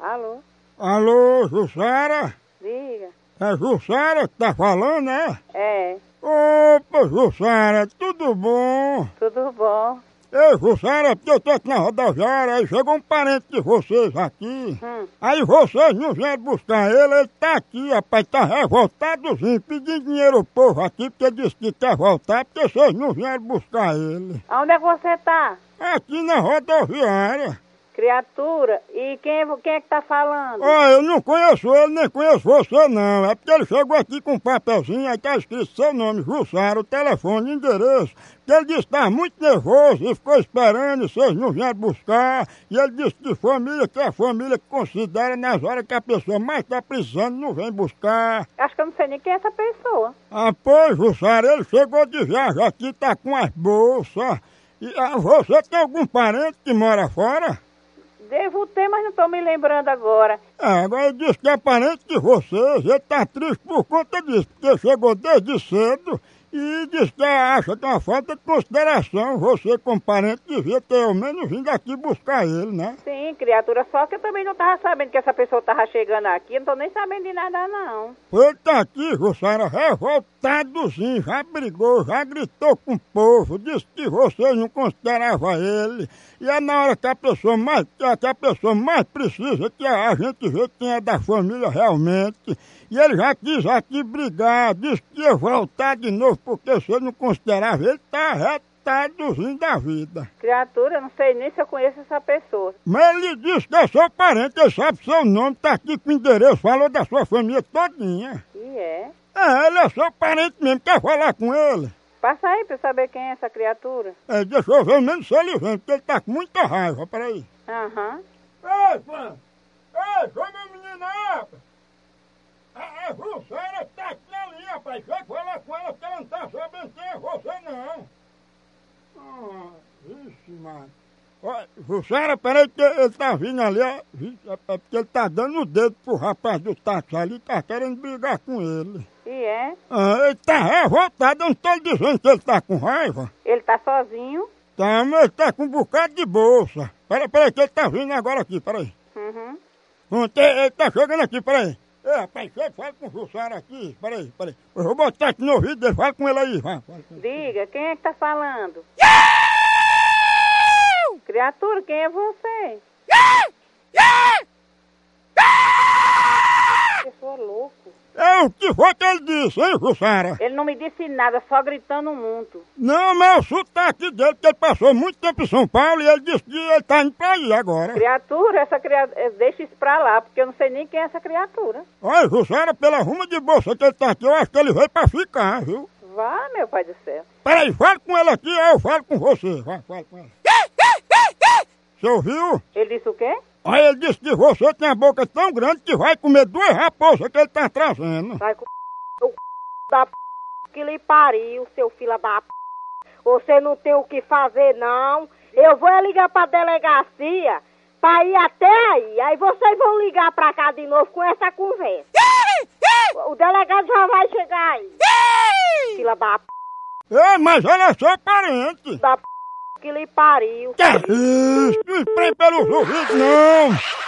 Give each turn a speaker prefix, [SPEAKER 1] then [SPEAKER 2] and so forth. [SPEAKER 1] Alô?
[SPEAKER 2] Alô, Jussara?
[SPEAKER 1] Diga.
[SPEAKER 2] É Jussara que tá falando, é?
[SPEAKER 1] É,
[SPEAKER 2] Opa, Jussara, tudo bom?
[SPEAKER 1] tudo bom?
[SPEAKER 2] Ei, Jussara, porque eu tô aqui na rodoviária, aí chegou um parente de vocês aqui.
[SPEAKER 1] Hum.
[SPEAKER 2] Aí vocês não vieram buscar ele, ele tá aqui, rapaz, tá revoltadozinho, pedindo dinheiro ao povo aqui, porque disse que quer voltar, porque vocês não vieram buscar ele.
[SPEAKER 1] Onde é que você tá?
[SPEAKER 2] Aqui na rodoviária.
[SPEAKER 1] Criatura? E quem, quem é que tá falando?
[SPEAKER 2] Ó, eu não conheço ele, nem conheço você não. É porque ele chegou aqui com um papelzinho, aí tá escrito seu nome, Jussara, o telefone, endereço. Que ele disse que tá muito nervoso e ficou esperando e vocês não vieram buscar. E ele disse que família, que é a família que considera nas horas que a pessoa mais tá precisando, não vem buscar.
[SPEAKER 1] Acho que eu não sei nem quem é essa pessoa.
[SPEAKER 2] Ah, pois, Jussara, ele chegou de viagem aqui, tá com as bolsas. E ah, você tem algum parente que mora fora?
[SPEAKER 1] Devo ter, mas não tô me lembrando agora.
[SPEAKER 2] É, agora ele disse que é parente de vocês, ele tá triste por conta disso, porque chegou desde cedo e disse que acha que é uma falta de consideração. Você, como parente, devia ter ao menos vindo aqui buscar ele, né?
[SPEAKER 1] Sim, criatura, só que eu também não tava sabendo que essa pessoa tava chegando aqui. Eu não tô nem sabendo de nada, não.
[SPEAKER 2] Ele tá aqui, Jussara, revoltadozinho, já brigou, já gritou com o povo, disse que vocês não consideravam ele. E é na hora que a pessoa mais, é que a pessoa mais precisa, que a gente vê quem é da família realmente. E ele já quis aqui brigar, disse que ia voltar de novo porque você não considerava ele, tá retadozinho da vida.
[SPEAKER 1] Criatura, eu não sei nem se eu conheço essa pessoa.
[SPEAKER 2] Mas ele disse que é seu parente, ele sabe seu nome, tá aqui com o endereço, falou da sua família todinha.
[SPEAKER 1] E é?
[SPEAKER 2] É, ele é seu parente mesmo, quer falar com ele?
[SPEAKER 1] Passa aí pra eu saber quem é essa criatura.
[SPEAKER 2] É, deixa eu ver mesmo se ele vem, porque ele tá com muita raiva, peraí.
[SPEAKER 1] Aham.
[SPEAKER 2] Ei, Fran! Ei, chama a menina, rapaz! A, a Jussara tá aqui ali, rapaz, vai falar com ela que ela não tá sabendo quem é você, não. Ah, vixe, mano. Ó, Jussara, peraí que ele tá vindo ali, ó. Vixe, é é porque ele tá dando o dedo pro rapaz do táxi ali, tá querendo brigar com ele.
[SPEAKER 1] E é?
[SPEAKER 2] Ah, ele tá revoltado, eu não tô lhe dizendo que ele tá com raiva.
[SPEAKER 1] Ele tá sozinho?
[SPEAKER 2] Tá, mas ele tá com um bocado de bolsa. Peraí, peraí, que ele tá vindo agora aqui, peraí.
[SPEAKER 1] Uhum.
[SPEAKER 2] Pronto, ele ele tá chegando aqui, peraí. Ei, rapaz, você fala com o Jussara aqui, peraí, peraí. Eu vou botar aqui no ouvido dele, fala com ele aí, vai. fala com ele.
[SPEAKER 1] Diga, quem é que tá falando? Criatura, quem é você? Pessoa louco.
[SPEAKER 2] É o que foi que ele disse, hein, Jussara?
[SPEAKER 1] Ele não me disse nada, só gritando muito.
[SPEAKER 2] Não, mas é o sotaque dele, porque ele passou muito tempo em São Paulo e ele disse que ele tá indo pra aí agora.
[SPEAKER 1] Criatura, essa criatura. Deixa isso pra lá, porque eu não sei nem quem é essa criatura.
[SPEAKER 2] Olha, Jussara, pela ruma de bolsa que ele tá aqui, eu acho que ele veio pra ficar, viu?
[SPEAKER 1] Vá, meu pai do céu.
[SPEAKER 2] Peraí, fala com ela aqui, eu falo com você. Vai, fala com ela. Você ouviu?
[SPEAKER 1] Ele disse o quê?
[SPEAKER 2] Aí ele disse que você tem a boca tão grande que vai comer duas raposas que ele tá trazendo.
[SPEAKER 1] Vai com o da p... que lhe pariu, seu filho da p... Você não tem o que fazer, não. Eu vou é ligar pra delegacia pra ir até aí. Aí vocês vão ligar pra cá de novo com essa conversa. O delegado já vai chegar aí. Filha da p...
[SPEAKER 2] Ei, mas ela é seu parente.
[SPEAKER 1] da p... que lhe pariu.
[SPEAKER 2] Que isso? Não emprega pelos ouvidos, não.